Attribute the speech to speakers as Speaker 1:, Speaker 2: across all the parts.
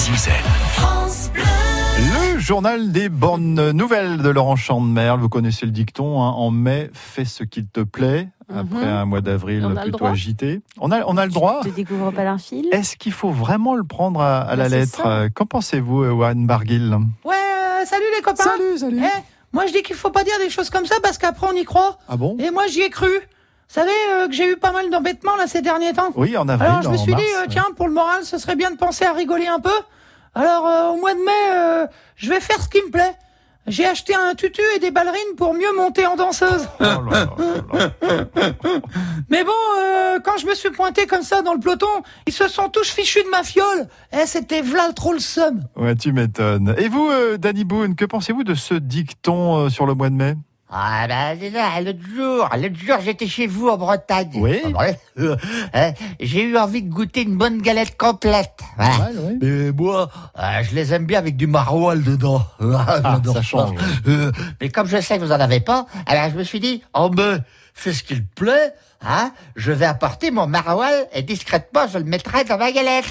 Speaker 1: France Bleu.
Speaker 2: Le journal des bonnes nouvelles de Laurent Chandemerle. Vous connaissez le dicton, hein, en mai, fais ce qu'il te plaît. Après
Speaker 3: Mhm.
Speaker 2: un mois d'avril
Speaker 3: On a le
Speaker 2: plutôt
Speaker 3: droit
Speaker 2: agité. On a, on a le droit.
Speaker 3: Tu te découvres pas d'un fil
Speaker 2: Est-ce qu'il faut vraiment le prendre à, à la
Speaker 3: Ben, c'est
Speaker 2: lettre
Speaker 3: ça.
Speaker 2: Euh, Qu'en pensez-vous, euh, Warren Barguil
Speaker 4: Ouais, euh, salut les copains.
Speaker 2: salut.
Speaker 4: Eh, moi je dis qu'il faut pas dire des choses comme ça parce qu'après on y croit.
Speaker 2: Ah bon
Speaker 4: Et moi j'y ai cru. Vous savez euh, que j'ai eu pas mal d'embêtements là ces derniers temps.
Speaker 2: Oui, en avril,
Speaker 4: Alors je me
Speaker 2: en
Speaker 4: suis
Speaker 2: mars,
Speaker 4: dit euh,
Speaker 2: ouais.
Speaker 4: tiens pour le moral ce serait bien de penser à rigoler un peu. Alors euh, au mois de mai euh, je vais faire ce qui me plaît. J'ai acheté un tutu et des ballerines pour mieux monter en danseuse.
Speaker 2: Oh là là là là.
Speaker 4: Mais bon, euh, quand je me suis pointé comme ça dans le peloton, ils se sont tous fichus de ma fiole. Eh, c'était v'là trop le seum.
Speaker 2: Ouais, tu m'étonnes. Et vous, euh, Danny Boone, que pensez-vous de ce dicton euh, sur le mois de mai
Speaker 5: Ah bah, là, l'autre jour, l'autre jour, j'étais chez vous en Bretagne.
Speaker 2: Oui.
Speaker 5: En Bretagne. Euh, J'ai eu envie de goûter une bonne galette complète. Voilà.
Speaker 2: oui.
Speaker 5: Mais moi, euh, je les aime bien avec du maroilles dedans. Ah, J'adore
Speaker 2: ça change.
Speaker 5: Euh, mais comme je sais que vous en avez pas, alors je me suis dit, oh ben, fais ce qu'il plaît, hein, je vais apporter mon maroilles et discrètement, je le mettrai dans ma galette.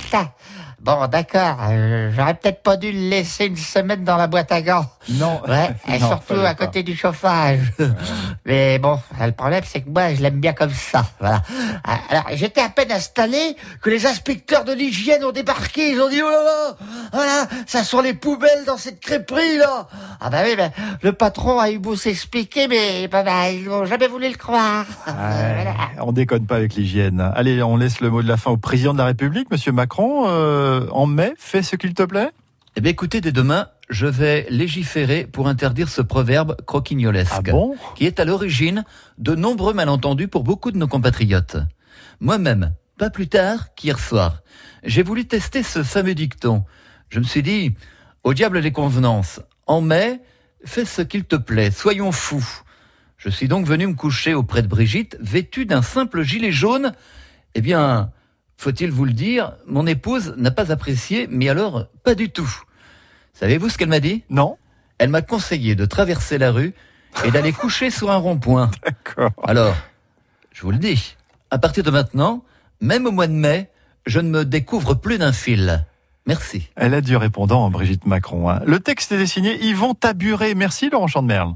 Speaker 5: Bon, d'accord, euh, j'aurais peut-être pas dû le laisser une semaine dans la boîte à gants.
Speaker 2: Non.
Speaker 5: Ouais, et
Speaker 2: Non,
Speaker 5: surtout
Speaker 2: fallait
Speaker 5: à
Speaker 2: pas.
Speaker 5: côté du chauffage. Mais bon, le problème, c'est que moi, je l'aime bien comme ça. Voilà. Alors, j'étais à peine installé que les inspecteurs de l'hygiène ont débarqué. Ils ont dit, oh là là, voilà, ça sont les poubelles dans cette crêperie, là. Ah bah oui, bah, le patron a eu beau s'expliquer, mais bah, bah, ils n'ont jamais voulu le croire. Voilà.
Speaker 2: Ouais, on déconne pas avec l'hygiène. Allez, on laisse le mot de la fin au président de la République, Monsieur Macron. Euh, en mai, fais ce qu'il te plaît.
Speaker 6: Eh bien, écoutez, dès demain, je vais légiférer pour interdire ce proverbe croquignolesque,
Speaker 2: Ah bon
Speaker 6: qui est à l'origine de nombreux malentendus pour beaucoup de nos compatriotes. Moi-même, pas plus tard qu'hier soir, j'ai voulu tester ce fameux dicton. Je me suis dit, au diable les convenances, en mai, fais ce qu'il te plaît, soyons fous. Je suis donc venu me coucher auprès de Brigitte, vêtue d'un simple gilet jaune. Eh bien, faut-il vous le dire, mon épouse n'a pas apprécié, mais alors pas du tout. Savez-vous ce qu'elle m'a dit
Speaker 2: Non.
Speaker 6: Elle m'a conseillé de traverser la rue et d'aller coucher sur un rond-point.
Speaker 2: D'accord.
Speaker 6: Alors, je vous le dis, à partir de maintenant, même au mois de mai, je ne me découvre plus d'un fil. Merci.
Speaker 2: Elle a du répondant, Brigitte Macron. hein. Le texte est signé Yvon Taburet. Merci Laurent Chandemerle.